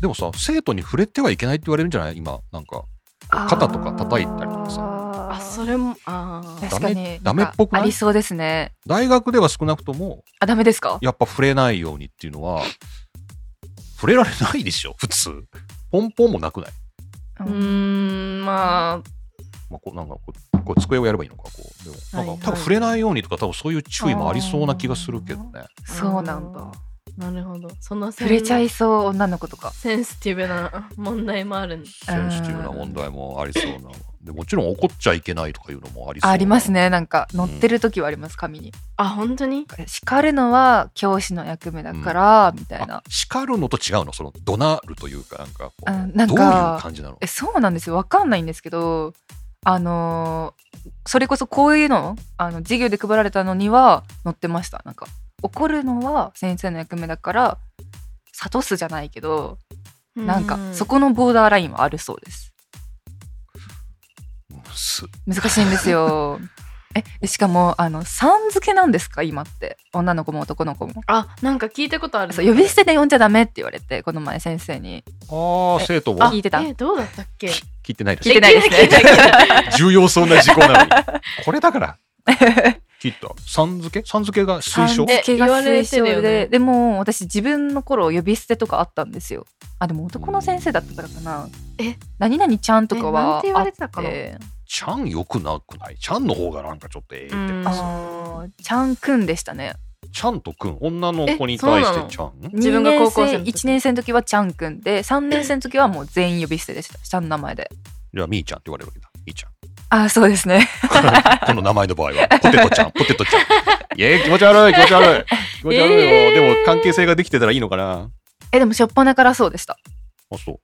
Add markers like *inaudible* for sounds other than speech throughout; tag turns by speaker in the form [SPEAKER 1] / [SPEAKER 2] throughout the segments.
[SPEAKER 1] でもさ生徒に触れてはいけないって言われるんじゃない今なんか肩とか叩いたりとかさ
[SPEAKER 2] あ
[SPEAKER 3] あ
[SPEAKER 2] それもあー
[SPEAKER 1] だ
[SPEAKER 3] 確かに
[SPEAKER 1] ダメ
[SPEAKER 3] なん
[SPEAKER 1] ダメ
[SPEAKER 3] か
[SPEAKER 1] っぽくない
[SPEAKER 3] ありそうですね
[SPEAKER 1] 大学では少なくとも
[SPEAKER 3] あダメですか
[SPEAKER 1] やっぱ触れないようにっていうのは触れられないでしょ普 *laughs* 通ポンポンもなくない、
[SPEAKER 3] う
[SPEAKER 2] うーんまあ
[SPEAKER 1] まあ、こうなんかこうこう机をやればいいのかこうでもなんか、
[SPEAKER 2] はいはい
[SPEAKER 1] 多分触れないようにとか多分そういう注意もありそうな気がするけどね
[SPEAKER 3] そうなんだ
[SPEAKER 2] なるほどその
[SPEAKER 3] 触れちゃい
[SPEAKER 2] セ
[SPEAKER 3] そう女の子とか
[SPEAKER 2] ンセンシティブな *laughs* 問題もあるんです
[SPEAKER 1] センシティブな問題もありそうなでもちろん怒っちゃいけないとかいうのもありそう
[SPEAKER 3] ああります
[SPEAKER 1] ね
[SPEAKER 3] ねなんか乗ってる時はあります紙に
[SPEAKER 2] あ本当に
[SPEAKER 3] 叱るのは教師の役目だからみたいな
[SPEAKER 1] あ叱るのと違うのその怒鳴るというかなんかこう
[SPEAKER 3] あ
[SPEAKER 1] どう
[SPEAKER 3] なん
[SPEAKER 1] い
[SPEAKER 3] か
[SPEAKER 1] う感じなの
[SPEAKER 3] えそうなんですよわかんないんですけどあのーそれこそこういうのあの授業で配られたのには載ってましたなんか怒るのは先生の役目だから諭すじゃないけどなんかそこのボーダーラインはあるそうです
[SPEAKER 1] むず
[SPEAKER 3] 難しいんですよ *laughs* えでしかもあのさん付けなんですか今って女の子も男の子も
[SPEAKER 2] あなんか聞いたことある
[SPEAKER 3] そう呼び捨てで呼んじゃダメって言われてこの前先生に
[SPEAKER 1] ああ
[SPEAKER 3] え
[SPEAKER 1] 生徒
[SPEAKER 2] あ
[SPEAKER 1] も
[SPEAKER 3] 聞いてた
[SPEAKER 2] えどうだったっけ
[SPEAKER 1] 聞いてないで
[SPEAKER 3] 聞
[SPEAKER 1] す
[SPEAKER 3] いてないです
[SPEAKER 2] 聞いてない聞い
[SPEAKER 3] *laughs* ね
[SPEAKER 2] て
[SPEAKER 1] 重要そうな事項
[SPEAKER 2] *laughs*
[SPEAKER 1] なのにこれだから聞いたさん付けさん付けが推奨
[SPEAKER 2] え
[SPEAKER 3] え怪我推
[SPEAKER 2] 言
[SPEAKER 3] 奨
[SPEAKER 2] われてるよ
[SPEAKER 3] で、
[SPEAKER 2] ね
[SPEAKER 3] でも私自分の頃呼び捨てとかあったんですよあでも男の先生だったからかな
[SPEAKER 2] え
[SPEAKER 3] 何々ちゃんとか
[SPEAKER 2] え
[SPEAKER 3] はあ
[SPEAKER 2] なん
[SPEAKER 3] ってて
[SPEAKER 2] 言われてたかな
[SPEAKER 1] ちゃんよくなくないちゃんの方がなんかちょっとええって
[SPEAKER 2] うん
[SPEAKER 1] 感じ
[SPEAKER 3] あーちゃんくんでしたね
[SPEAKER 1] ちゃんとくん女の子に対
[SPEAKER 2] えそう
[SPEAKER 1] し
[SPEAKER 2] なの
[SPEAKER 1] てちゃん
[SPEAKER 2] 自分が高校生の時
[SPEAKER 3] 2年1年生の時はちゃんくんで3年生の時はもう全員呼び捨てでした下の名前で
[SPEAKER 1] じゃあみーちゃんって言われるわけだみーちゃん
[SPEAKER 3] ああそうですね
[SPEAKER 1] この名前の場合はポテトちゃんポテトち
[SPEAKER 2] *laughs*
[SPEAKER 1] ゃんいえ気持ち悪い気持ち悪い気持ち悪いよ、
[SPEAKER 2] えー
[SPEAKER 1] でも関係性ができてたらいいのかな
[SPEAKER 3] えでも初っ端からそうでした
[SPEAKER 1] あそう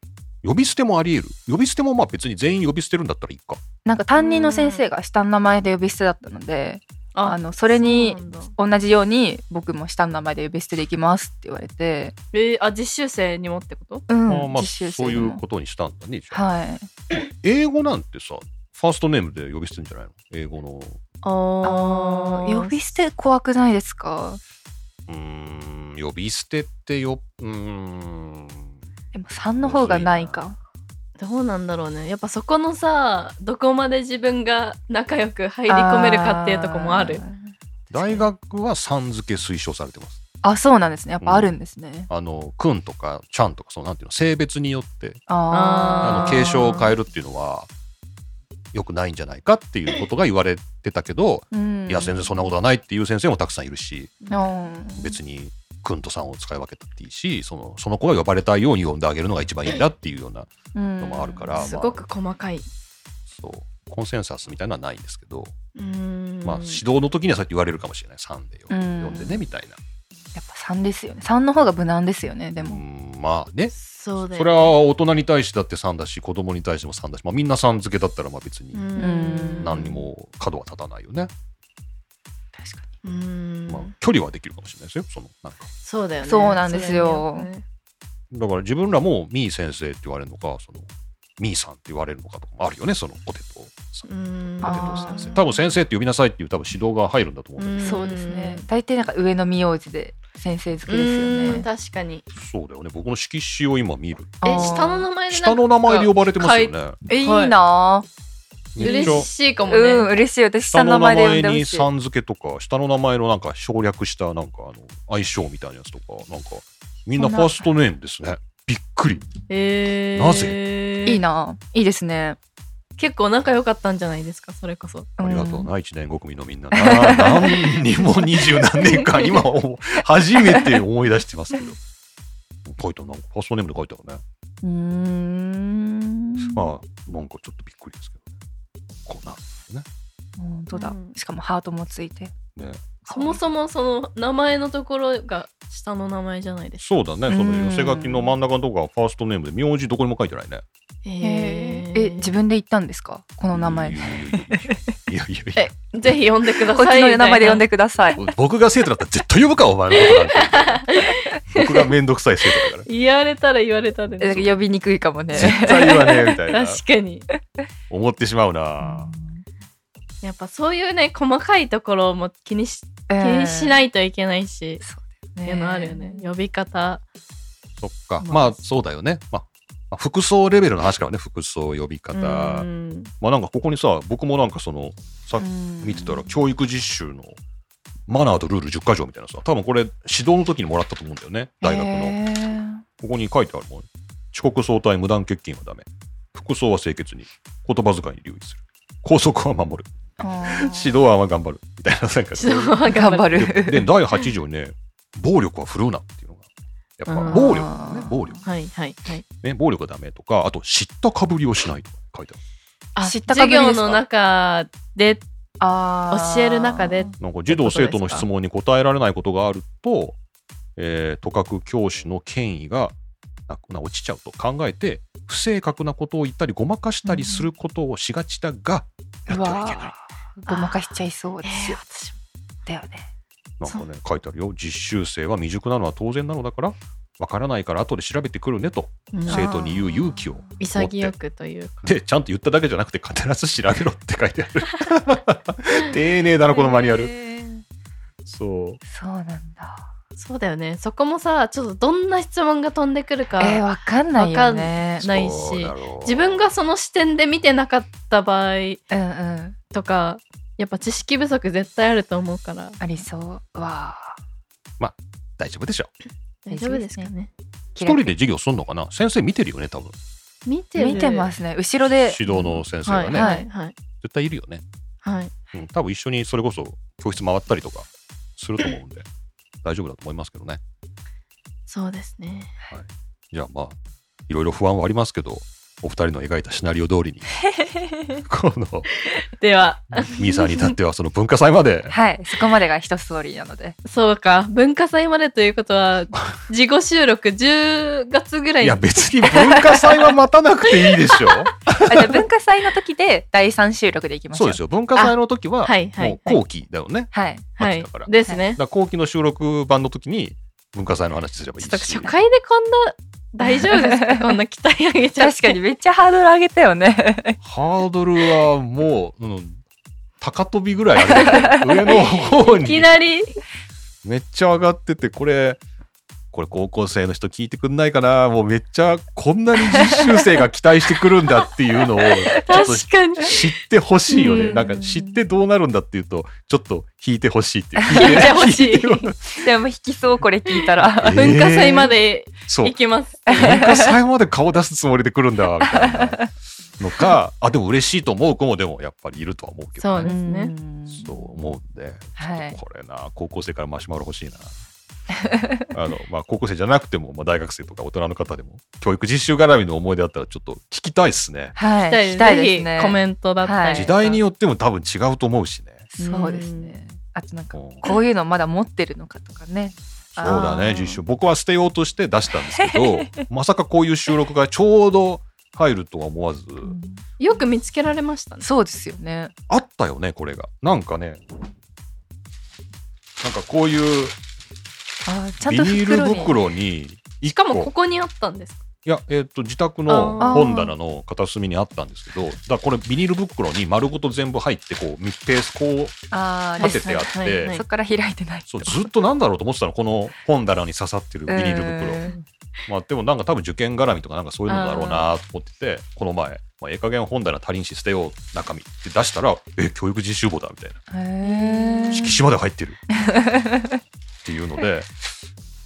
[SPEAKER 1] 呼び捨てもあり得る呼び捨てもまあ別に全員呼び捨てるんだったらいいか
[SPEAKER 3] なんか担任の先生が下の名前で呼び捨てだったのであのそれに
[SPEAKER 2] そうなん
[SPEAKER 3] 同
[SPEAKER 2] だ
[SPEAKER 3] じように僕も下の名前で呼び捨てでいきますって言われて
[SPEAKER 2] えーあ実習生にもってこと
[SPEAKER 3] うん
[SPEAKER 1] あーまあ
[SPEAKER 3] 実習生
[SPEAKER 1] そうい
[SPEAKER 3] に
[SPEAKER 1] う
[SPEAKER 3] も
[SPEAKER 1] ことにしたんだねじゃあ
[SPEAKER 3] はい
[SPEAKER 1] 英語なんてさファーストネームで呼び捨てんじゃないの英語の
[SPEAKER 3] あー呼び捨て怖くないですか
[SPEAKER 1] うーん呼び捨てってようーん
[SPEAKER 3] でも3の方がないか
[SPEAKER 2] どうなんだろうねやっぱそこのさどこまで自分が仲良く入り込めるかっていうとこもある
[SPEAKER 1] 大学はさん付け推奨されてます
[SPEAKER 3] あーあそうなんですねやっぱあるんですね、
[SPEAKER 1] あのくんとかちゃんとかそのなんていうの性別によって
[SPEAKER 3] あ
[SPEAKER 1] あ
[SPEAKER 3] ー
[SPEAKER 1] の継承を変えるっていうのはよくないんじゃないかっていうことが言われてたけど、
[SPEAKER 3] うん
[SPEAKER 1] いや全然そんなことはないっていう先生もたくさんいるし
[SPEAKER 3] うん
[SPEAKER 1] 別にくんとさんを使い分けたっていいしそのその子が呼ばれたいように呼んであげるのが一番いいんだっていうような
[SPEAKER 3] の
[SPEAKER 1] のもあるから、
[SPEAKER 2] すごく細かい
[SPEAKER 1] そうコンセンサスみたいなのはないんですけど、
[SPEAKER 2] うーん
[SPEAKER 1] まあ、指導の時にはそうやって言われるかもしれない3でよ、
[SPEAKER 3] うん
[SPEAKER 1] 呼んでねみたいな
[SPEAKER 3] やっぱ3ですよね3の方が無難ですよねで
[SPEAKER 1] う
[SPEAKER 3] も、
[SPEAKER 1] んまあね
[SPEAKER 2] そうだよ
[SPEAKER 1] それは大人に対してだって3だし子供に対しても3だし、まあ、みんな3付けだったらまあ別に
[SPEAKER 2] うー
[SPEAKER 3] うん
[SPEAKER 2] ん
[SPEAKER 1] 何にも角は立たないよね、
[SPEAKER 3] 確かに
[SPEAKER 2] うーん
[SPEAKER 1] まあ、距離はできるかもしれないですよそのなんか
[SPEAKER 2] そうだよね
[SPEAKER 3] そうなんですよ
[SPEAKER 2] それによってね
[SPEAKER 1] だから自分らも「みー先生」って言われるのかその「みーさん」って言われるのかとかもあるよねそのポテトさん
[SPEAKER 2] うーん
[SPEAKER 1] ポテト
[SPEAKER 3] あー
[SPEAKER 1] 先生多分先生って呼びなさいっていう多分指導が入るんだと思うんだ
[SPEAKER 2] ん
[SPEAKER 3] そうですね大体なんか上の名字で先生付
[SPEAKER 2] う
[SPEAKER 3] けですよ
[SPEAKER 2] ーん
[SPEAKER 3] ね
[SPEAKER 2] 確かに
[SPEAKER 1] けど、そうだよね僕の色紙を今見る
[SPEAKER 3] あ
[SPEAKER 2] え
[SPEAKER 3] ー
[SPEAKER 2] 下の名前でなんか
[SPEAKER 1] 下の名前で呼ばれてますよね
[SPEAKER 3] えいい
[SPEAKER 2] はい
[SPEAKER 3] なぁ
[SPEAKER 1] めっちゃ
[SPEAKER 2] 嬉しいかもね
[SPEAKER 3] うん嬉しい私下
[SPEAKER 1] 下
[SPEAKER 3] の名
[SPEAKER 1] の名
[SPEAKER 3] 前で呼ん
[SPEAKER 1] 前
[SPEAKER 3] でほ
[SPEAKER 1] に
[SPEAKER 3] しい
[SPEAKER 1] さん付けとか下の名前のなんか省略したなんかあの相性みたいなやつとかなんかみんなファーストネームですねびっくり
[SPEAKER 2] えー
[SPEAKER 1] ない
[SPEAKER 3] いなぁいいですね
[SPEAKER 2] 結構仲良かったんじゃないですかそれこそ
[SPEAKER 1] ありがとう
[SPEAKER 3] うん
[SPEAKER 1] な一年5組のみんなな何にも二十何年間今お初めて思い出してますけど書いてあるなんかファーストネームで書いてあるね
[SPEAKER 3] うーん
[SPEAKER 1] まあなんかちょっとびっくりですけどねこうな
[SPEAKER 3] 本当だ、
[SPEAKER 2] うん
[SPEAKER 3] しかもハートもついて
[SPEAKER 1] るね
[SPEAKER 2] そもそもその名前のところが下の名前じゃないですか
[SPEAKER 1] そうだねその
[SPEAKER 3] うん
[SPEAKER 1] 寄せ書きの真ん中のとこがファーストネームで名字どこにも書いてないね
[SPEAKER 3] え
[SPEAKER 2] ー
[SPEAKER 3] え自分で言ったんですかこの名前
[SPEAKER 1] いやいやいやいやいやいやいや
[SPEAKER 2] えぜひ呼んでくだ
[SPEAKER 3] こっ
[SPEAKER 2] さ
[SPEAKER 3] ち
[SPEAKER 2] い
[SPEAKER 3] の名前で呼ん
[SPEAKER 2] み
[SPEAKER 3] でくだ
[SPEAKER 2] *laughs*
[SPEAKER 3] さい
[SPEAKER 1] *laughs* 僕が生徒だったら絶対呼ぶかお前のことなんて僕がめんどくさい生徒だか
[SPEAKER 2] たいな言われたら言われたで
[SPEAKER 3] えなんか呼びにくいかも
[SPEAKER 1] ら
[SPEAKER 3] ね
[SPEAKER 1] 絶対言わねえみたいな
[SPEAKER 2] 確かに
[SPEAKER 1] 思ってしまうな
[SPEAKER 2] やっぱそういうね細かいところも気にし
[SPEAKER 3] 気
[SPEAKER 2] 気にしないいといけないし、
[SPEAKER 3] そう
[SPEAKER 2] っ
[SPEAKER 3] だ
[SPEAKER 2] てい
[SPEAKER 3] よ
[SPEAKER 2] う
[SPEAKER 3] ね
[SPEAKER 2] のあるよね呼び方
[SPEAKER 1] そっか。
[SPEAKER 2] まあ
[SPEAKER 1] まあ、そうだよね。まあまあ、服装レベルの話からね、服装呼び方。
[SPEAKER 2] うん
[SPEAKER 1] まあ、なんかここにさ、僕もなんかその、さっき見てたら、教育実習のマナーとルール10か条みたいなさ、多分これ、指導の時にもらったと思うんだよね、大学の。
[SPEAKER 3] へ
[SPEAKER 1] ここに書いてあるもん。遅刻相対、無断欠勤はダメ。服装は清潔に。言葉遣いに留意する。校則は守る。
[SPEAKER 3] ーあ *laughs*
[SPEAKER 1] 指
[SPEAKER 3] ー
[SPEAKER 1] 導は頑張る。みたいな、なんかそうい
[SPEAKER 2] ちょ
[SPEAKER 1] う
[SPEAKER 2] っとわかんない
[SPEAKER 3] 頑張る。
[SPEAKER 1] でで第8条ね暴力は振るうなっていうのがやっぱ
[SPEAKER 2] うん
[SPEAKER 1] 暴力だね暴力、
[SPEAKER 2] はいはいはい。
[SPEAKER 1] ね、暴力はダメとかあと知ったかぶりをしないと書いてあ
[SPEAKER 2] あ
[SPEAKER 3] 知ったか
[SPEAKER 2] 授
[SPEAKER 3] ぶりですか
[SPEAKER 2] 業の中で
[SPEAKER 3] あー
[SPEAKER 2] 教える中で
[SPEAKER 1] るなんか児童生徒の質問に答えられないことがあると、えー、とかく教師の権威がなくな落ちちゃうと考えて不正確なことを言ったりごまかしたりすることをしがちだが、やってはいけない
[SPEAKER 3] ごまかしちゃいそう
[SPEAKER 2] え
[SPEAKER 3] です
[SPEAKER 2] ー
[SPEAKER 3] よ。
[SPEAKER 2] 私も
[SPEAKER 3] だよね。
[SPEAKER 1] なんかね書いてあるよ実習生は未熟なのは当然なのだからわからないから後で調べてくるねと
[SPEAKER 2] うん
[SPEAKER 1] 生徒に言う勇気を
[SPEAKER 2] 潔くというか。
[SPEAKER 1] でちゃんと言っただけじゃなくて必ず調べろって書いて
[SPEAKER 2] *laughs*
[SPEAKER 1] ある丁寧だなこのマニュアル
[SPEAKER 3] へー
[SPEAKER 1] そ
[SPEAKER 3] そうなんだ。
[SPEAKER 2] そうだよね。そこもさ、ちょっとどんな質問が飛んでくるか、
[SPEAKER 3] えー、わかんないよね
[SPEAKER 1] う。
[SPEAKER 2] ないし
[SPEAKER 1] そうだろう
[SPEAKER 2] 自分がその視点で見てなかった場
[SPEAKER 3] う
[SPEAKER 2] 合
[SPEAKER 3] んうん。
[SPEAKER 2] とか、やっぱ知識不足絶対あると思うから、
[SPEAKER 3] ありそう。わあ。
[SPEAKER 1] 大丈夫でしょ
[SPEAKER 2] 大丈夫ですかね。
[SPEAKER 1] 一人で授業すんのかな先生見てるよね多分
[SPEAKER 2] 見てる
[SPEAKER 3] 見てますね。後ろで。
[SPEAKER 1] 指導の先生
[SPEAKER 2] はい
[SPEAKER 1] がね、
[SPEAKER 2] はいはい。
[SPEAKER 1] 絶対いるよね、
[SPEAKER 2] はい、
[SPEAKER 1] うん、多分一緒にそれこそ教室回ったりとかすると思うんで大丈夫だと思いますけどね
[SPEAKER 2] そうですね。
[SPEAKER 1] じゃあまあいろいろ不安はありますけどお二人の描いたシナリオ通りにこ
[SPEAKER 2] *laughs*
[SPEAKER 1] の
[SPEAKER 2] では、
[SPEAKER 1] ミーさんに至ってはその文化祭まで
[SPEAKER 3] *laughs* はい。そこまでが一ストーリーなので。
[SPEAKER 2] そうか、文化祭までということは、自己収録10月ぐらい
[SPEAKER 1] い
[SPEAKER 2] に
[SPEAKER 1] や別に *laughs* 文化祭は待たなくていいでし
[SPEAKER 2] *laughs*
[SPEAKER 1] ょ
[SPEAKER 3] あじゃあ文化祭の時で第三収録でいきましょ
[SPEAKER 1] そう
[SPEAKER 3] う。
[SPEAKER 1] ですよ文化祭の時は
[SPEAKER 2] はいはい
[SPEAKER 1] もう後期だよね、
[SPEAKER 3] はい。
[SPEAKER 2] はい
[SPEAKER 1] だから。
[SPEAKER 2] ですね
[SPEAKER 1] だ。から後期の収録版の時に文化祭の話すればいい
[SPEAKER 2] ちょ
[SPEAKER 1] し
[SPEAKER 2] っと初回でこんな、大丈夫ですかこんな鍛え上げちゃって。
[SPEAKER 3] 確かにめっちゃハードル上げたよね。
[SPEAKER 1] ハードルはもう、うん、高跳びぐらいあるよね上の方
[SPEAKER 2] *laughs* いき
[SPEAKER 1] に
[SPEAKER 2] なり、
[SPEAKER 1] めっちゃ上がっててこれこれ高校生の人聞いてくんないかなもうめっちゃこんなに実習生が期待してくるんだっていう
[SPEAKER 2] *laughs*
[SPEAKER 1] のをちょっと
[SPEAKER 2] 確かに。
[SPEAKER 1] 知ってほしいよね、
[SPEAKER 2] うん
[SPEAKER 1] なんか知ってどうなるんだっていうとちょっと引いてほしいっていう
[SPEAKER 2] 引いてほしい
[SPEAKER 1] 引てほ
[SPEAKER 3] でも引きそうこれ聞いたら。
[SPEAKER 1] えー
[SPEAKER 2] 文化祭まで
[SPEAKER 1] *laughs* そう
[SPEAKER 2] 行きます。
[SPEAKER 1] 文化祭まで顔出すつもりで来るんだみたいなの
[SPEAKER 2] *laughs*
[SPEAKER 1] かあでも嬉しいと思う子もでもやっぱりいるとは思うけど
[SPEAKER 2] そうですね
[SPEAKER 3] ん
[SPEAKER 1] そう思うんで、
[SPEAKER 3] はい
[SPEAKER 1] ちょっとこれな高校生からマシュマロ欲しいな *laughs* あの、まあ、高校生じゃなくても、まあ、大学生とか大人の方でも教育実習絡みの思い出あったらちょっと聞きたいですね
[SPEAKER 3] はい。
[SPEAKER 2] ぜ
[SPEAKER 3] し
[SPEAKER 2] ひ
[SPEAKER 3] たいですね。
[SPEAKER 2] コメントだった
[SPEAKER 3] はい
[SPEAKER 2] り。
[SPEAKER 1] 時代によっても多分違うと思うしね
[SPEAKER 3] そうですね。あとなんか
[SPEAKER 1] うん
[SPEAKER 3] こういうのまだ持ってるのかとかね。
[SPEAKER 1] そうだね
[SPEAKER 2] あー
[SPEAKER 1] 実習僕は捨てようとして出したんですけどまさかこういう収録がちょうど入るとは思わず、
[SPEAKER 2] よく見つけられましたね。
[SPEAKER 3] そうですよね。
[SPEAKER 1] あったよね、これが。なんかね、なんかこういう
[SPEAKER 3] あーちゃん
[SPEAKER 1] ビ
[SPEAKER 3] と
[SPEAKER 1] ニー
[SPEAKER 3] 袋
[SPEAKER 1] ル
[SPEAKER 3] に。
[SPEAKER 1] 袋に、
[SPEAKER 2] しかもここにあったんです。
[SPEAKER 1] いや、えっ、と、自宅の
[SPEAKER 2] あ
[SPEAKER 3] ー
[SPEAKER 1] 本棚の片隅にあったんですけど、だからこれビニール袋に丸ごと全部入って、こう密閉す、こう
[SPEAKER 3] ああ、
[SPEAKER 1] 立ててあっ
[SPEAKER 2] ですはいはい
[SPEAKER 1] て
[SPEAKER 2] はい、
[SPEAKER 3] そこから開いてない。
[SPEAKER 1] そうずっとなんだろうと思ってたの、この本棚に刺さってるビニール
[SPEAKER 3] う
[SPEAKER 1] 袋。
[SPEAKER 3] ん
[SPEAKER 1] まあ、でもなんか多分受験絡みとかなんかそういうのだろうなと思ってて、この前、まあ、ええ加減本棚足りんし捨てよう、中身って出したら、え、教育実習簿だ、みたいな。
[SPEAKER 3] へー
[SPEAKER 1] 色紙まで入
[SPEAKER 2] *laughs*
[SPEAKER 1] ってるっていうので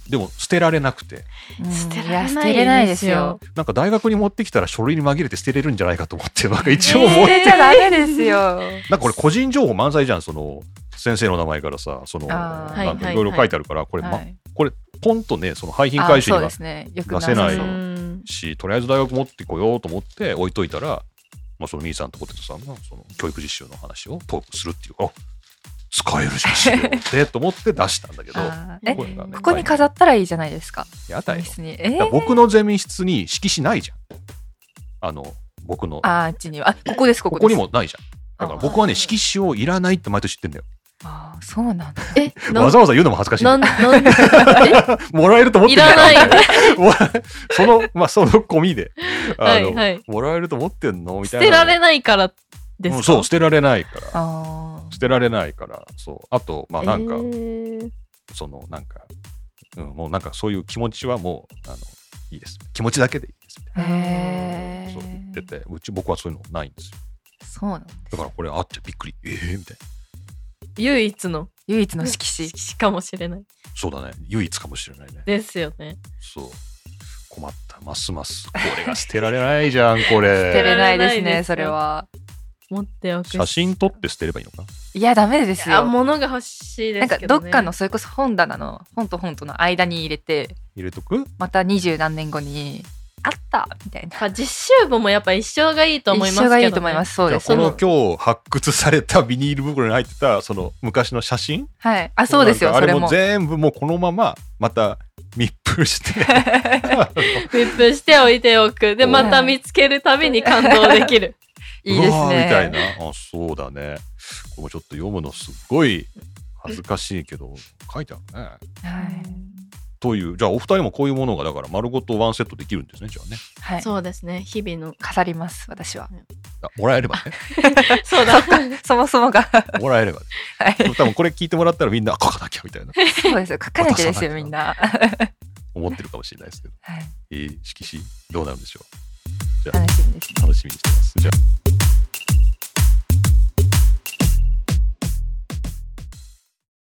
[SPEAKER 1] でも捨てられなくて
[SPEAKER 3] うん
[SPEAKER 2] 捨て
[SPEAKER 3] い
[SPEAKER 2] ら
[SPEAKER 3] や
[SPEAKER 2] れ
[SPEAKER 3] 捨
[SPEAKER 2] な
[SPEAKER 3] て
[SPEAKER 2] い
[SPEAKER 3] れないで
[SPEAKER 2] ですす
[SPEAKER 3] よ
[SPEAKER 2] よ。
[SPEAKER 1] なんか大学に持ってきたら書類に紛れて捨てれるんじゃないかと思
[SPEAKER 2] *laughs*
[SPEAKER 1] ってなんか一
[SPEAKER 3] 捨
[SPEAKER 1] 応もう、
[SPEAKER 3] てちゃダメですよ。
[SPEAKER 1] なんかこれ個人情報満載じゃんその先生の名前からさその
[SPEAKER 3] あー
[SPEAKER 1] なんか
[SPEAKER 2] はいい
[SPEAKER 1] ろいろ書いてあるからこれ、ま
[SPEAKER 3] はい
[SPEAKER 1] ポンとねその廃品
[SPEAKER 3] あ
[SPEAKER 1] 回収に
[SPEAKER 3] そう
[SPEAKER 1] は
[SPEAKER 3] ですね。よく
[SPEAKER 1] 出せな
[SPEAKER 2] う
[SPEAKER 1] いの
[SPEAKER 2] ん
[SPEAKER 1] しとりあえず大学持ってこようと思って置いといたら、まあ、その兄さんとポテトさんがその教育実習の話をトークするっていうかあ使えるじゃん資料でと思って出したんだけど
[SPEAKER 3] あーえ
[SPEAKER 1] これがね
[SPEAKER 3] ここに飾ったらいいじゃないですか。
[SPEAKER 1] やだよ
[SPEAKER 3] 別に。え
[SPEAKER 1] だから僕のゼミ室に色紙ないじゃん。あの、僕の。
[SPEAKER 3] あーあっちにはあここですこ
[SPEAKER 1] こ
[SPEAKER 3] こ
[SPEAKER 1] こ
[SPEAKER 3] です
[SPEAKER 1] にもないじゃん。だから
[SPEAKER 3] あ
[SPEAKER 1] 僕はね、色紙をいらないって毎年言ってんだよ。
[SPEAKER 3] あーそうなんだ。
[SPEAKER 2] え、な
[SPEAKER 1] わざわざ言うのも恥ずかしいんだ
[SPEAKER 2] な
[SPEAKER 1] よ
[SPEAKER 2] ん、なん、え
[SPEAKER 1] もらえると思って
[SPEAKER 2] い
[SPEAKER 1] んだから
[SPEAKER 2] らな
[SPEAKER 1] *laughs*
[SPEAKER 2] い。
[SPEAKER 1] もらえその、まあ、その込みで。
[SPEAKER 2] は
[SPEAKER 1] あ
[SPEAKER 2] い
[SPEAKER 1] の、
[SPEAKER 2] はい。
[SPEAKER 1] もらえると思ってんのみた
[SPEAKER 2] 捨
[SPEAKER 1] いな。
[SPEAKER 2] てられないからで
[SPEAKER 1] う
[SPEAKER 2] すか
[SPEAKER 1] んそう、捨てられないから。
[SPEAKER 3] あ
[SPEAKER 1] 捨てられないから。そう。あと、まあ、なんか、
[SPEAKER 2] えー
[SPEAKER 1] その、なんか、うん、もうなんかそういう気持ちはもう、あの、いいです気持ちだけでいいですみたい
[SPEAKER 3] へ
[SPEAKER 1] なそう言って
[SPEAKER 3] ー
[SPEAKER 1] てうち僕はそういうのないんですよ
[SPEAKER 3] そうなんです
[SPEAKER 1] だからこれあってびっくりええみたいな
[SPEAKER 2] 唯一の
[SPEAKER 3] 唯一の色紙
[SPEAKER 2] 色紙かもしれない
[SPEAKER 1] そうだね唯一かもしれないね
[SPEAKER 2] ですよね
[SPEAKER 1] そう困ったますますこれが捨てられないじゃんこ
[SPEAKER 3] 捨て
[SPEAKER 1] れ
[SPEAKER 3] れないです
[SPEAKER 2] 捨てられないです
[SPEAKER 3] ね
[SPEAKER 2] よ
[SPEAKER 3] それは
[SPEAKER 2] 持っておく
[SPEAKER 1] 写真撮って捨てればいいのか
[SPEAKER 3] いやダメです
[SPEAKER 2] あ
[SPEAKER 3] よ
[SPEAKER 2] 物が欲しいで
[SPEAKER 3] なん
[SPEAKER 2] す
[SPEAKER 3] か
[SPEAKER 2] け
[SPEAKER 3] ど
[SPEAKER 2] ど、ね、
[SPEAKER 3] っかのそれこそ本棚の本と本との間に入れて
[SPEAKER 1] 入れとく
[SPEAKER 3] また二十何年後にあったみたいな
[SPEAKER 2] やっぱ実習本もやっぱ一生がいいと思います
[SPEAKER 3] 一緒
[SPEAKER 2] けど、ね、
[SPEAKER 3] がいいと思いますそう
[SPEAKER 1] じゃ
[SPEAKER 3] で
[SPEAKER 1] あ
[SPEAKER 3] す
[SPEAKER 1] この
[SPEAKER 2] の
[SPEAKER 1] 今日発掘されたビニール袋に入ってたその昔の写真
[SPEAKER 3] はいあそうですよ
[SPEAKER 1] なんか
[SPEAKER 3] そ
[SPEAKER 1] あれ
[SPEAKER 3] れ
[SPEAKER 1] も
[SPEAKER 3] も
[SPEAKER 1] 全部もうこのまままた密封して
[SPEAKER 2] 密封しておいておくで
[SPEAKER 1] うん
[SPEAKER 2] また見つけるたびに感動できる
[SPEAKER 3] *laughs* いいで
[SPEAKER 1] う
[SPEAKER 3] す
[SPEAKER 1] わーみたい
[SPEAKER 3] ね
[SPEAKER 1] なあそうだねこれちょっと読むのすっごい恥ずかしいけど書いてあるね
[SPEAKER 3] はい
[SPEAKER 1] というじゃあお二人もこういうものがだから丸ごとワンセットできるんですねじゃあね
[SPEAKER 3] はい
[SPEAKER 2] そうですね日々の
[SPEAKER 3] 飾ります私は *laughs*
[SPEAKER 1] あもらえればね
[SPEAKER 2] そうだ
[SPEAKER 3] そもそもがは
[SPEAKER 1] もらえればね
[SPEAKER 3] い
[SPEAKER 1] でも多分これ聞いてもらったらみんなあ書かなきゃみたいな
[SPEAKER 3] そうですよ書かなきゃです
[SPEAKER 1] 渡さない
[SPEAKER 3] よ
[SPEAKER 1] と
[SPEAKER 3] みんな
[SPEAKER 1] 思ってるかもしれないですけど、
[SPEAKER 3] はい
[SPEAKER 1] えー色紙どうなるんでしょうじゃあ
[SPEAKER 3] 楽しみです
[SPEAKER 1] 楽しみにしてますじゃあ